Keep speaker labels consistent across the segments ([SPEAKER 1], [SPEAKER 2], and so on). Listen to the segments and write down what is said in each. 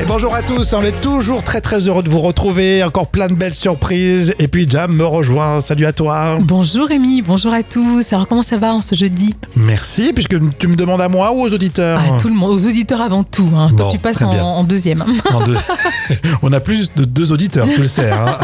[SPEAKER 1] Et bonjour à tous, on est toujours très très heureux de vous retrouver, encore plein de belles surprises. Et puis Jam me rejoint, salut à toi.
[SPEAKER 2] Bonjour Rémi, bonjour à tous. Alors comment ça va en ce jeudi
[SPEAKER 1] Merci, puisque tu me demandes à moi ou aux auditeurs
[SPEAKER 2] Ah, À tout le monde, aux auditeurs avant tout. Hein. Toi,
[SPEAKER 1] Ah. Bon,
[SPEAKER 2] tu passes
[SPEAKER 1] très
[SPEAKER 2] en,
[SPEAKER 1] bien.
[SPEAKER 2] en deuxième.
[SPEAKER 1] En deux- On a plus de deux auditeurs, tu le sais. hein.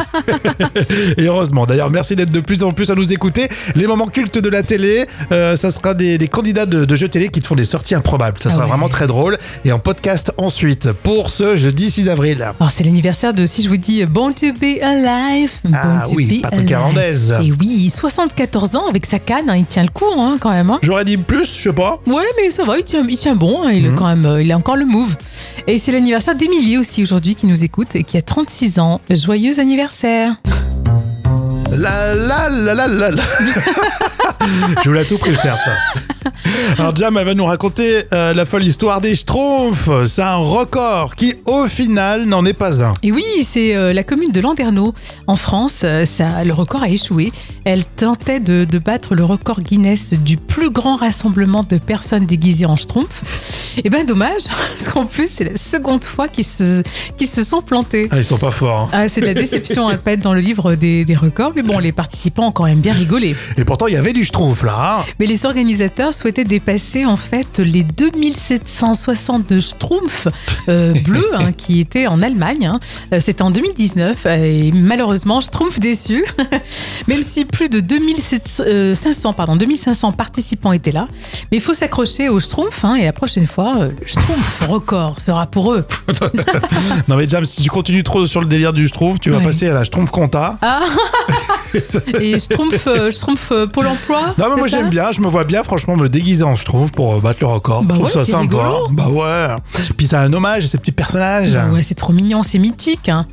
[SPEAKER 1] Et heureusement. D'ailleurs, merci d'être de plus en plus à nous écouter. Les moments cultes de la télé, euh, ça sera des, des candidats de, de jeux télé qui te font des sorties improbables. Ça
[SPEAKER 2] Ah
[SPEAKER 1] sera
[SPEAKER 2] ouais.
[SPEAKER 1] vraiment très drôle. Et en podcast ensuite, pour ce jeudi 6 avril.
[SPEAKER 2] Alors c'est l'anniversaire de si je vous dis euh, Born to be alive. Born
[SPEAKER 1] Ah
[SPEAKER 2] to
[SPEAKER 1] oui,
[SPEAKER 2] be
[SPEAKER 1] Patrick
[SPEAKER 2] alive.
[SPEAKER 1] Hernandez.
[SPEAKER 2] Et oui, 74 ans avec sa canne, hein, il tient le coup hein, quand même. hein.
[SPEAKER 1] J'aurais dit plus, je sais pas.
[SPEAKER 2] Ouais, mais ça va, il tient, il tient bon, hein, il, est
[SPEAKER 1] Mhm.
[SPEAKER 2] quand même, euh, il a encore le move. Et c'est l'anniversaire d'Emilie aussi aujourd'hui qui nous écoute et qui a 36 ans. Joyeux anniversaire
[SPEAKER 1] La la la la la la. Je voulais à tout prix le faire ça. Alors Jam, elle va nous raconter euh, la folle histoire des Schtroumpfs. C'est un record qui, au final, n'en est pas un.
[SPEAKER 2] Et oui, c'est euh, la commune de Landerneau, en France. euh, ça, le record a échoué. Elle tentait de, de battre le record Guinness du plus grand rassemblement de personnes déguisées en schtroumpf. Et ben dommage, parce qu'en plus, c'est la seconde fois qu'ils se, qu'ils se sont plantés.
[SPEAKER 1] Ah, ils sont pas forts. hein.
[SPEAKER 2] Ah, c'est de la déception à pas être dans le livre des, des records, mais bon, les participants ont quand même bien rigolé.
[SPEAKER 1] Et pourtant, il y avait du Schtroumpf là. hein.
[SPEAKER 2] Mais les organisateurs souhaitaient dépasser en fait les 2762 Schtroumpfs euh, bleus hein, qui étaient en Allemagne. hein. Euh, C'était en 2019 euh, et malheureusement Schtroumpf déçu. Même si plus de 2700, euh, 500, pardon, 2500 participants étaient là. Mais il faut s'accrocher aux Schtroumpfs hein, et la prochaine fois, euh, le Schtroumpf record sera pour eux.
[SPEAKER 1] Non mais Jam, si tu continues trop sur le délire du Schtroumpf, tu vas
[SPEAKER 2] Ouais.
[SPEAKER 1] passer à la Schtroumpf Compta.
[SPEAKER 2] Et Schtroumpf, euh, Schtroumpf euh, Pôle emploi
[SPEAKER 1] Non mais
[SPEAKER 2] c'est
[SPEAKER 1] moi
[SPEAKER 2] ça
[SPEAKER 1] j'aime bien, je me vois bien franchement me déguiser en Schtroumpf pour euh, battre le record.
[SPEAKER 2] Bah
[SPEAKER 1] je trouve
[SPEAKER 2] ouais,
[SPEAKER 1] ça
[SPEAKER 2] c'est
[SPEAKER 1] sympa.
[SPEAKER 2] rigolo.
[SPEAKER 1] Bah ouais. Puis c'est un hommage à ces petits personnages.
[SPEAKER 2] Ah Ouais, c'est trop mignon, c'est mythique. hein.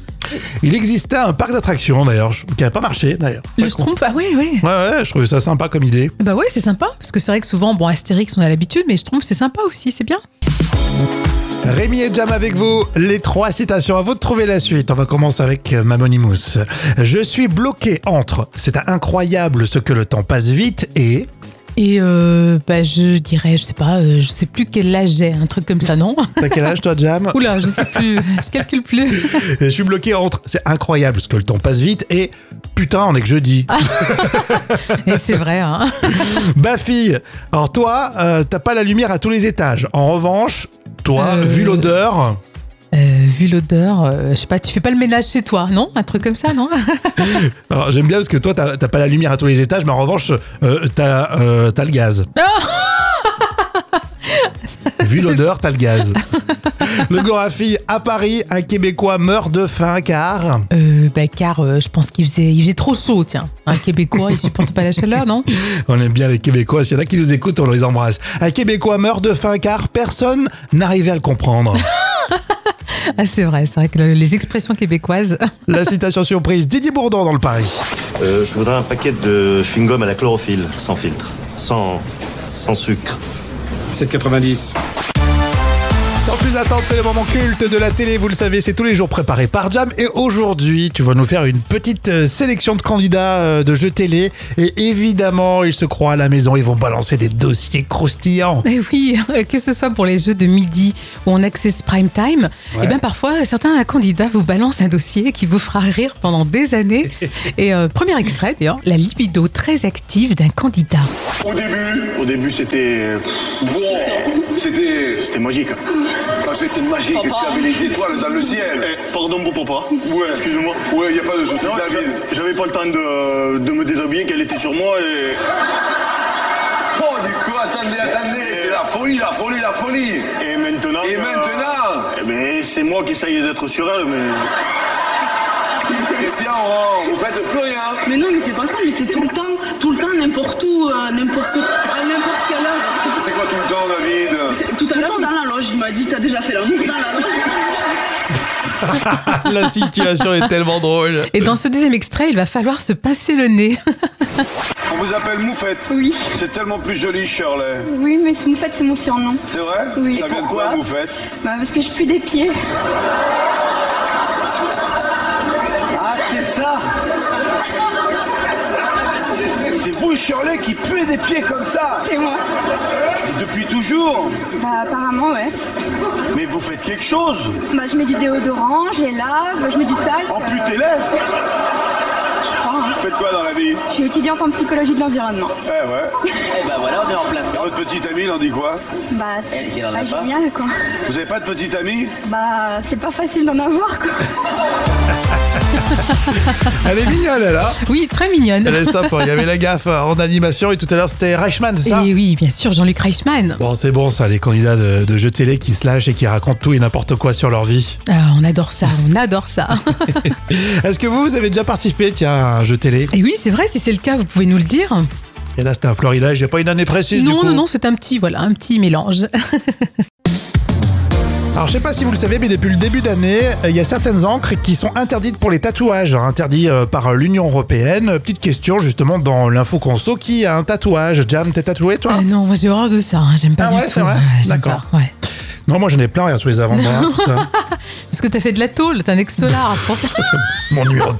[SPEAKER 1] Il existait un parc d'attractions d'ailleurs, qui n'avait pas marché d'ailleurs.
[SPEAKER 2] Le
[SPEAKER 1] Pas con.
[SPEAKER 2] Schtroumpf, ah ouais, ouais.
[SPEAKER 1] Ouais, ouais, je trouvais ça sympa comme idée.
[SPEAKER 2] Bah ouais, c'est sympa, parce que c'est vrai que souvent, bon, Astérix, on a l'habitude, mais je trouve que c'est sympa aussi, c'est bien.
[SPEAKER 1] Rémi et Jam avec vous, les trois citations. À vous de trouver la suite. On va commencer avec euh, Mamonimous. Je suis bloqué entre c'est incroyable ce que le temps passe vite et.
[SPEAKER 2] Et euh, bah, je dirais, je sais pas, euh, je sais plus quel âge j'ai, un truc comme ça, non
[SPEAKER 1] T'as quel âge toi, Jam
[SPEAKER 2] Oula, je sais plus, je calcule plus.
[SPEAKER 1] Je suis bloqué entre c'est incroyable ce que le temps passe vite et. Putain, on est que jeudi.
[SPEAKER 2] Et c'est vrai, hein.
[SPEAKER 1] Bah fille, alors toi, euh, t'as pas la lumière à tous les étages. En revanche, toi,
[SPEAKER 2] Euh.
[SPEAKER 1] vu l'odeur,
[SPEAKER 2] Euh, vu l'odeur, euh, je sais pas, tu fais pas le ménage chez toi, non Un truc comme ça, non
[SPEAKER 1] alors j'aime bien parce que toi, t'as t'as pas la lumière à tous les étages, mais en revanche, euh, t'as euh, t'as le gaz. Vu l'odeur, t'as le gaz. Le Gorafi, à Paris, un Québécois meurt de faim car.
[SPEAKER 2] euh, bah, Car euh, je pense qu'il faisait, il faisait trop chaud, tiens. Un Québécois, il supporte pas la chaleur, non
[SPEAKER 1] On aime bien les Québécois, s'il y en a qui nous écoutent, on les embrasse. Un Québécois meurt de faim car personne n'arrivait à le comprendre.
[SPEAKER 2] Ah, c'est vrai, c'est vrai que le- les expressions québécoises.
[SPEAKER 1] La citation surprise, Didier Bourdon dans le Paris.
[SPEAKER 3] Euh, je voudrais un paquet de chewing-gum à la chlorophylle, sans filtre, sans, sans sucre.
[SPEAKER 4] 7,90.
[SPEAKER 1] Sans plus attendre, c'est le moment culte de la télé, vous le savez, c'est tous les jours préparé par Jam. Et aujourd'hui, tu vas nous faire une petite euh, sélection de candidats euh, de jeux télé. Et évidemment, ils se croient à la maison, ils vont balancer des dossiers croustillants.
[SPEAKER 2] Eh oui, que ce soit pour les jeux de midi ou en access prime time, eh bien parfois certains candidats vous balancent un dossier qui vous fera rire pendant des années. Et euh, premier extrait d'ailleurs, la libido très active d'un candidat.
[SPEAKER 5] Au début,
[SPEAKER 6] Au début, c'était.
[SPEAKER 5] bon, c'était
[SPEAKER 6] C'était magique.
[SPEAKER 5] quand c'était magique, tu avais les étoiles dans le ciel.
[SPEAKER 6] Eh, Pardon, mon papa.
[SPEAKER 5] Ouais,
[SPEAKER 6] Excuse-moi.
[SPEAKER 5] Ouais, y a pas de souci,
[SPEAKER 6] Non,
[SPEAKER 5] David.
[SPEAKER 6] j'a- J'avais pas le temps de, de me déshabiller, qu'elle était sur moi et.
[SPEAKER 5] Oh, du coup, attendez, attendez, c'est la folie, la folie, la folie.
[SPEAKER 6] Et maintenant.
[SPEAKER 5] Et
[SPEAKER 6] euh,
[SPEAKER 5] maintenant,
[SPEAKER 6] eh ben, c'est moi qui essaye d'être sur elle, mais.
[SPEAKER 5] et c'est en rang, vous faites plus rien.
[SPEAKER 7] Mais non, mais c'est pas ça, mais c'est tout le temps, tout le temps, n'importe où, euh, n'importe, à n'importe quelle heure.
[SPEAKER 5] C'est quoi tout le temps, David
[SPEAKER 7] C'est- Tout à l'heure, dans la loge, il m'a dit, t'as déjà fait l'amour dans la loge.
[SPEAKER 1] La situation est tellement drôle.
[SPEAKER 2] Et dans ce deuxième extrait, il va falloir se pincer le nez.
[SPEAKER 5] On vous appelle Moufette.
[SPEAKER 8] Oui.
[SPEAKER 5] C'est tellement plus joli, Shirley.
[SPEAKER 8] Oui, mais c'est- en fait, c'est mon surnom.
[SPEAKER 5] C'est vrai
[SPEAKER 8] Oui.
[SPEAKER 5] Ça
[SPEAKER 8] Et
[SPEAKER 5] vient de quoi,
[SPEAKER 8] pourquoi
[SPEAKER 5] Moufette
[SPEAKER 8] Bah, parce que je pue des pieds.
[SPEAKER 5] Ah, c'est ça C'est vous, Shirley, qui puez des pieds comme ça
[SPEAKER 8] C'est moi.
[SPEAKER 5] Depuis toujours
[SPEAKER 8] Bah apparemment ouais.
[SPEAKER 5] Mais vous faites quelque chose
[SPEAKER 8] Bah je mets du déodorant, je les lave, je mets du talc. euh,
[SPEAKER 5] Amputez-les
[SPEAKER 8] Je crois. hein.
[SPEAKER 5] Faites quoi dans la vie
[SPEAKER 8] Je suis étudiante en psychologie de l'environnement.
[SPEAKER 5] Eh ouais.
[SPEAKER 9] Eh ben voilà, on est en plein dedans.
[SPEAKER 5] Votre petite amie, il en dit quoi
[SPEAKER 8] Bah c'est
[SPEAKER 9] Elle, il en a
[SPEAKER 8] pas
[SPEAKER 9] pas
[SPEAKER 8] génial quoi.
[SPEAKER 5] Vous avez pas de petite amie
[SPEAKER 8] Bah c'est pas facile d'en avoir quoi.
[SPEAKER 1] Elle est mignonne, elle, hein
[SPEAKER 2] Oui, très mignonne.
[SPEAKER 1] Elle est sympa. Il y avait la gaffe en animation et tout à l'heure, c'était Reichmann, c'est ça
[SPEAKER 2] Et oui, bien sûr, Jean-Luc Reichmann.
[SPEAKER 1] Bon, c'est bon ça, les candidats de, de jeux télé qui se lâchent et qui racontent tout et n'importe quoi sur leur vie.
[SPEAKER 2] Ah, on adore ça, on adore ça.
[SPEAKER 1] Est-ce que vous, vous avez déjà participé, tiens, à un jeu télé
[SPEAKER 2] Et oui, c'est vrai, si c'est le cas, vous pouvez nous le dire.
[SPEAKER 1] Et là, c'était un florilège, j'ai pas une année précise du
[SPEAKER 2] Non,
[SPEAKER 1] coup.
[SPEAKER 2] non, non, c'est un petit, voilà, un petit mélange.
[SPEAKER 1] Alors, je sais pas si vous le savez, mais depuis le début d'année, euh, il y a certaines encres qui sont interdites pour les tatouages, hein, interdites euh, par l'Union Européenne. Euh, Petite question, justement, dans l'info conso, qui a un tatouage Jam, t'es tatoué, toi
[SPEAKER 2] Ah non, moi j'ai horreur de ça, hein, j'aime pas
[SPEAKER 1] Ah
[SPEAKER 2] du
[SPEAKER 1] ouais,
[SPEAKER 2] tout.
[SPEAKER 1] c'est vrai
[SPEAKER 2] ouais, j'aime
[SPEAKER 1] D'accord.
[SPEAKER 2] pas, ouais.
[SPEAKER 1] Non, moi, j'en ai plein, regarde, sur les avant-bras, tout ça.
[SPEAKER 2] Parce que t'as fait de la tôle, t'as un ex-solar, pour ça,
[SPEAKER 1] Mon numéro de...
[SPEAKER 2] ton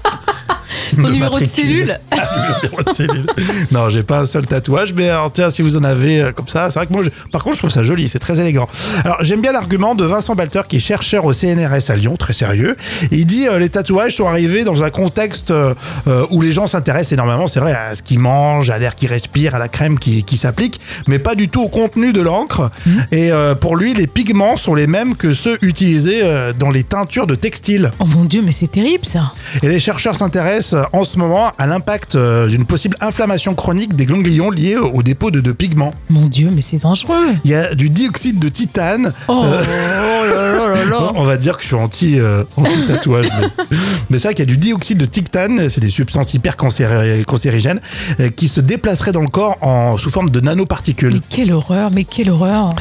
[SPEAKER 1] le
[SPEAKER 2] numéro de
[SPEAKER 1] matricule.
[SPEAKER 2] cellule.
[SPEAKER 1] Ah, numéro de cellule. non, j'ai pas un seul tatouage, mais alors, tiens, si vous en avez euh, comme ça, c'est vrai que moi, je- par contre, je trouve ça joli, c'est très élégant. Alors, j'aime bien l'argument de Vincent Balter, qui est chercheur au CNRS à Lyon, très sérieux. Il dit euh, les tatouages sont arrivés dans un contexte euh, euh, où les gens s'intéressent énormément, c'est vrai, à ce qu'ils mangent, à l'air qu'ils respirent, à la crème qui, qui s'applique, mais pas du tout au contenu de l'encre. Et euh, pour lui, les pigments sont les mêmes que ceux utilisés euh, dans les teintures de textiles.
[SPEAKER 2] Oh mon dieu, mais c'est terrible ça.
[SPEAKER 1] Et les chercheurs s'intéressent euh, en ce moment à l'impact euh, d'une possible inflammation chronique des ganglions liés au au dépôt de, de pigments.
[SPEAKER 2] Mon dieu, mais c'est dangereux.
[SPEAKER 1] Il y a du dioxyde de titane.
[SPEAKER 2] Oh, oh là là là là.
[SPEAKER 1] Bon, on va dire que je suis anti, euh, anti-tatouage. mais mais c'est vrai qu'il y a du dioxyde de titane, c'est des substances hyper cancéri- cancérigènes, euh, qui se déplaceraient dans le corps en, sous forme de nanoparticules.
[SPEAKER 2] Mais quelle horreur, mais quelle horreur.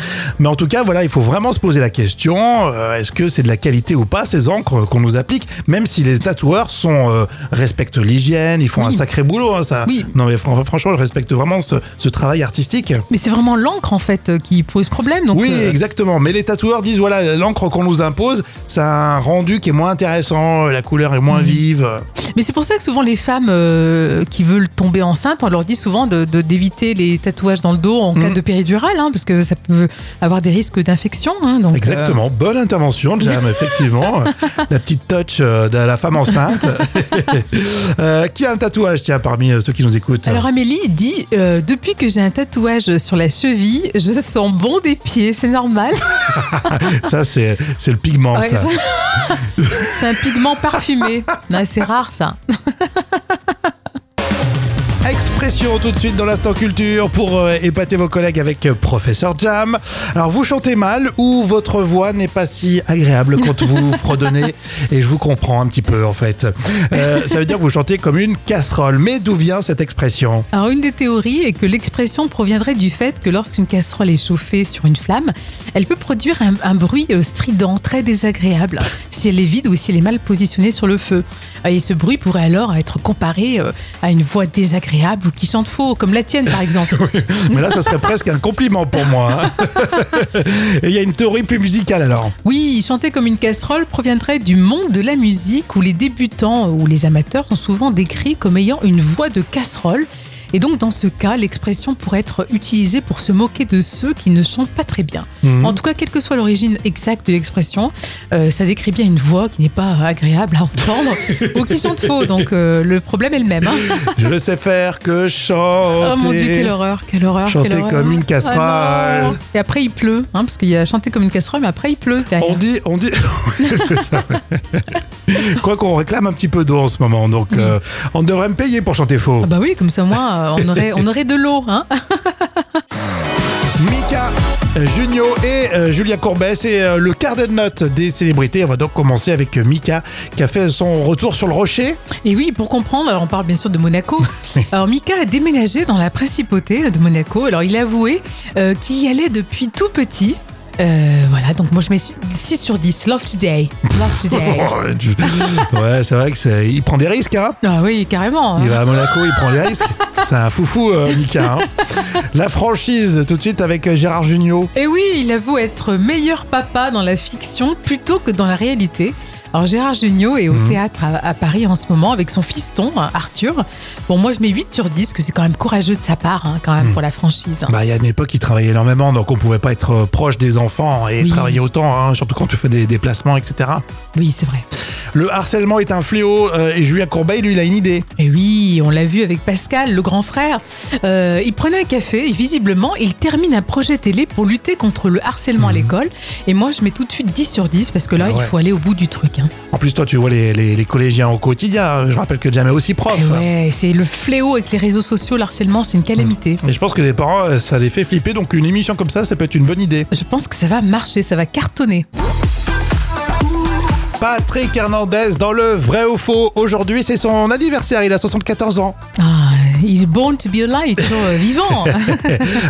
[SPEAKER 1] Mais en tout cas, voilà, il faut vraiment se poser la question euh, est-ce que c'est de la qualité ou pas ces encres qu'on nous applique Même si les tatoueurs sont euh, respectent l'hygiène, ils font
[SPEAKER 2] Oui.
[SPEAKER 1] un sacré boulot, hein, ça.
[SPEAKER 2] Oui.
[SPEAKER 1] Non mais fran- franchement, je respecte vraiment ce, ce travail artistique.
[SPEAKER 2] Mais c'est vraiment l'encre en fait euh, qui pose problème. Donc,
[SPEAKER 1] oui,
[SPEAKER 2] euh,
[SPEAKER 1] exactement. Mais les tatoueurs disent voilà, l'encre qu'on nous impose, ça a un rendu qui est moins intéressant, la couleur est moins vive.
[SPEAKER 2] Mais c'est pour ça que souvent les femmes euh, qui veulent tomber enceintes, on leur dit souvent de- de- d'éviter les tatouages dans le dos en cas
[SPEAKER 1] Mhm.
[SPEAKER 2] de péridurale, hein, parce que ça peut avoir des risques d'infection. hein, donc, euh,
[SPEAKER 1] Exactement. Bonne intervention, Jam, effectivement. la petite touch euh, de la femme enceinte. Euh, qui a un tatouage, tiens, parmi euh, ceux qui nous écoutent
[SPEAKER 2] Alors Amélie dit euh, depuis que j'ai un tatouage sur la cheville, je sens bon des pieds, c'est normal.
[SPEAKER 1] Ça, c'est c'est le pigment,
[SPEAKER 2] Ouais,
[SPEAKER 1] Ah, ça.
[SPEAKER 2] je- c'est un pigment parfumé. Ah, c'est rare ça.
[SPEAKER 1] Expression tout de suite dans l'instant culture pour euh, épater vos collègues avec euh, Professeur Jam. Alors vous chantez mal ou votre voix n'est pas si agréable quand vous fredonnez et je vous comprends un petit peu en fait. Euh, ça veut dire que vous chantez comme une casserole. Mais d'où vient cette expression
[SPEAKER 2] Alors une des théories est que l'expression proviendrait du fait que lorsqu'une casserole est chauffée sur une flamme, elle peut produire un, un bruit euh, strident très désagréable si elle est vide ou si elle est mal positionnée sur le feu. Euh, Et ce bruit pourrait alors être comparé euh, à une voix désagréable ou qui chante faux, comme la tienne par exemple.
[SPEAKER 1] Mais là, ça serait presque un compliment pour moi. hein. et il y a une théorie plus musicale alors.
[SPEAKER 2] Oui, chanter comme une casserole proviendrait du monde de la musique où les débutants ou les amateurs sont souvent décrits comme ayant une voix de casserole. Et donc dans ce cas, l'expression pourrait être utilisée pour se moquer de ceux qui ne chantent pas très bien.
[SPEAKER 1] Mhm.
[SPEAKER 2] En tout cas, quelle que soit l'origine exacte de l'expression, euh, ça décrit bien une voix qui n'est pas agréable à entendre ou qui chante faux. Donc euh, le problème est le même. hein.
[SPEAKER 1] Je sais faire que chanter.
[SPEAKER 2] Oh mon dieu, quelle horreur, quelle horreur.
[SPEAKER 1] Chanter
[SPEAKER 2] quelle horreur.
[SPEAKER 1] comme une casserole.
[SPEAKER 2] Ah non. et après il pleut, hein, parce qu'il y a chanter comme une casserole, mais après il pleut. derrière.
[SPEAKER 1] On dit, on dit, Oui, c'est ça, ouais. quoi qu'on réclame un petit peu d'eau en ce moment, donc euh, on devrait me payer pour chanter faux.
[SPEAKER 2] Ah bah oui, comme ça, moi, on aurait, on aurait de l'eau. Hein
[SPEAKER 1] Mika, euh, Junio et euh, Julia Courbet, c'est euh, le quart de note des célébrités. On va donc commencer avec euh, Mika qui a fait son retour sur le rocher.
[SPEAKER 2] et oui, pour comprendre, alors on parle bien sûr de Monaco. Alors Mika a déménagé dans la principauté de Monaco. Alors il a avoué euh, qu'il y allait depuis tout petit. Euh, voilà, donc moi je mets 6 sur 10. Love today. Love today.
[SPEAKER 1] Oh, ouais, c'est vrai que c'est- il prend des risques, hein.
[SPEAKER 2] Ah oui, carrément. hein.
[SPEAKER 1] Il va à Monaco, il prend des risques. C'est un foufou, euh, Mika. hein. La franchise, tout de suite avec euh, Gérard Junio.
[SPEAKER 2] Et oui, il avoue être meilleur papa dans la fiction plutôt que dans la réalité. Alors Gérard Jugnot est au
[SPEAKER 1] Mhm.
[SPEAKER 2] théâtre à, à Paris en ce moment avec son fiston, hein, Arthur. Bon, moi je mets 8 sur 10, parce que c'est quand même courageux de sa part, hein, quand même, pour la franchise. hein.
[SPEAKER 1] Bah, il y a une époque, ils travaillaient énormément, donc on pouvait pas être euh, proche des enfants et
[SPEAKER 2] Oui.
[SPEAKER 1] travailler autant, hein, surtout quand tu fais des déplacements, etc.
[SPEAKER 2] Oui, c'est vrai.
[SPEAKER 1] Le harcèlement est un fléau euh, et Julien Courbeil, lui, il a une idée.
[SPEAKER 2] Et Eh oui, on l'a vu avec Pascal, le grand frère. Euh, il prenait un café et visiblement, il termine un projet télé pour lutter contre le harcèlement à l'école. Et moi, je mets tout de suite 10 sur 10 parce que là,
[SPEAKER 1] Mhm. Ah ouais.
[SPEAKER 2] il faut aller au bout du truc. hein.
[SPEAKER 1] En plus, toi, tu vois les, les- les collégiens au quotidien. Je rappelle que Jam est aussi prof.
[SPEAKER 2] Eh ouais, c'est le fléau avec les réseaux sociaux, le harcèlement, c'est une calamité.
[SPEAKER 1] Et je pense que les parents, euh, ça les fait flipper, donc une émission comme ça, ça peut être une bonne idée.
[SPEAKER 2] Je pense que ça va marcher, ça va cartonner.
[SPEAKER 1] Patrick Hernandez dans le vrai ou faux. Aujourd'hui, c'est son anniversaire, il a 74 ans.
[SPEAKER 2] Ah, il est born to be alive, toujours euh, vivant.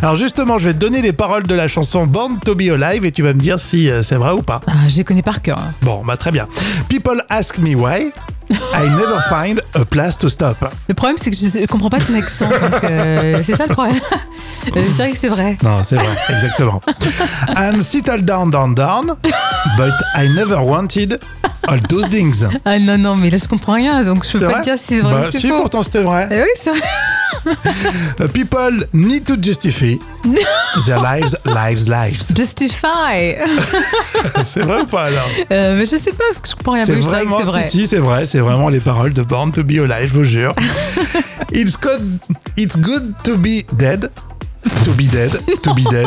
[SPEAKER 1] Alors justement, je vais te donner les paroles de la chanson Born to be Alive et tu vas me dire si euh, c'est vrai ou pas.
[SPEAKER 2] Ah, je les connais par cœur. hein.
[SPEAKER 1] Bon, bah très bien. People ask me why. I never find a place to stop.
[SPEAKER 2] Le problème, c'est que je ne comprends pas ton accent. donc, euh, c'est ça le problème. Euh, je dirais que c'est vrai.
[SPEAKER 1] Non, c'est vrai, exactement. And settle down, down, down. But I never wanted all those things.
[SPEAKER 2] Ah non, non, mais là, je comprends rien, donc je peux
[SPEAKER 1] C'est
[SPEAKER 2] pas
[SPEAKER 1] vrai
[SPEAKER 2] te dire si c'est vrai
[SPEAKER 1] Bah,
[SPEAKER 2] ou si
[SPEAKER 1] si,
[SPEAKER 2] c'est faux.
[SPEAKER 1] pourtant c'était vrai. Euh,
[SPEAKER 2] Eh oui, c'est vrai.
[SPEAKER 1] People need to justify their lives, lives, lives.
[SPEAKER 2] Justify.
[SPEAKER 1] C'est vrai ou pas alors
[SPEAKER 2] Euh, mais je sais pas, parce que je comprends rien.
[SPEAKER 1] C'est
[SPEAKER 2] Ah, mais je dirais que
[SPEAKER 1] vraiment,
[SPEAKER 2] c'est vrai.
[SPEAKER 1] si, si, c'est vrai, c'est vraiment les paroles de Born to be Alive, je vous jure. It's good, it's good to be dead. To be dead, to be dead.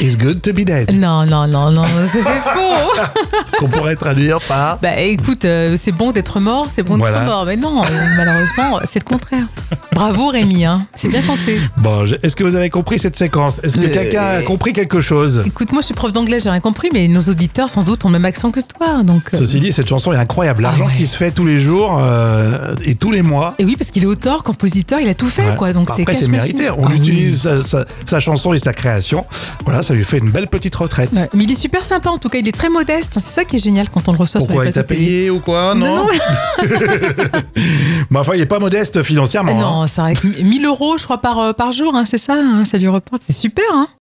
[SPEAKER 1] It's good to be dead.
[SPEAKER 2] Non, non, non, non, c'est c'est faux.
[SPEAKER 1] Qu'on pourrait traduire par.
[SPEAKER 2] Bah écoute, euh, c'est bon d'être mort, c'est bon d'être
[SPEAKER 1] Voilà.
[SPEAKER 2] mort. Mais non, euh, malheureusement, c'est le contraire. Bravo Rémi, hein. c'est bien tenté.
[SPEAKER 1] Bon, je- est-ce que vous avez compris cette séquence Est-ce que
[SPEAKER 2] Euh,
[SPEAKER 1] quelqu'un a compris quelque chose
[SPEAKER 2] Écoute, moi je suis prof d'anglais, j'ai rien compris, mais nos auditeurs sans doute ont le même accent que toi. Donc, euh,
[SPEAKER 1] Ceci dit, cette chanson est incroyable. L'argent
[SPEAKER 2] Ah ouais.
[SPEAKER 1] qui se fait tous les jours euh, et tous les mois.
[SPEAKER 2] Et oui, parce qu'il est auteur, compositeur, il a tout fait,
[SPEAKER 1] Ouais. Bah,
[SPEAKER 2] quoi. Donc c'est
[SPEAKER 1] Après, c'est
[SPEAKER 2] cash machine.
[SPEAKER 1] mérité. On
[SPEAKER 2] Ah oui.
[SPEAKER 1] utilise sa, sa- sa chanson et sa création. Voilà, ça lui fait une belle petite retraite.
[SPEAKER 2] Ouais, Mais il est super sympa, en tout cas, il est très modeste. C'est ça qui est génial quand on le reçoit sur
[SPEAKER 1] Pourquoi
[SPEAKER 2] les
[SPEAKER 1] il t'a
[SPEAKER 2] plateaux télé.
[SPEAKER 1] payé ou quoi Non.
[SPEAKER 2] Non, non.
[SPEAKER 1] Mais enfin, il est pas modeste
[SPEAKER 2] Ah
[SPEAKER 1] financièrement. hein.
[SPEAKER 2] non, c'est vrai que 1000 euros, je crois, par, euh, par jour, hein, c'est ça, hein, ça lui reporte. C'est super, hein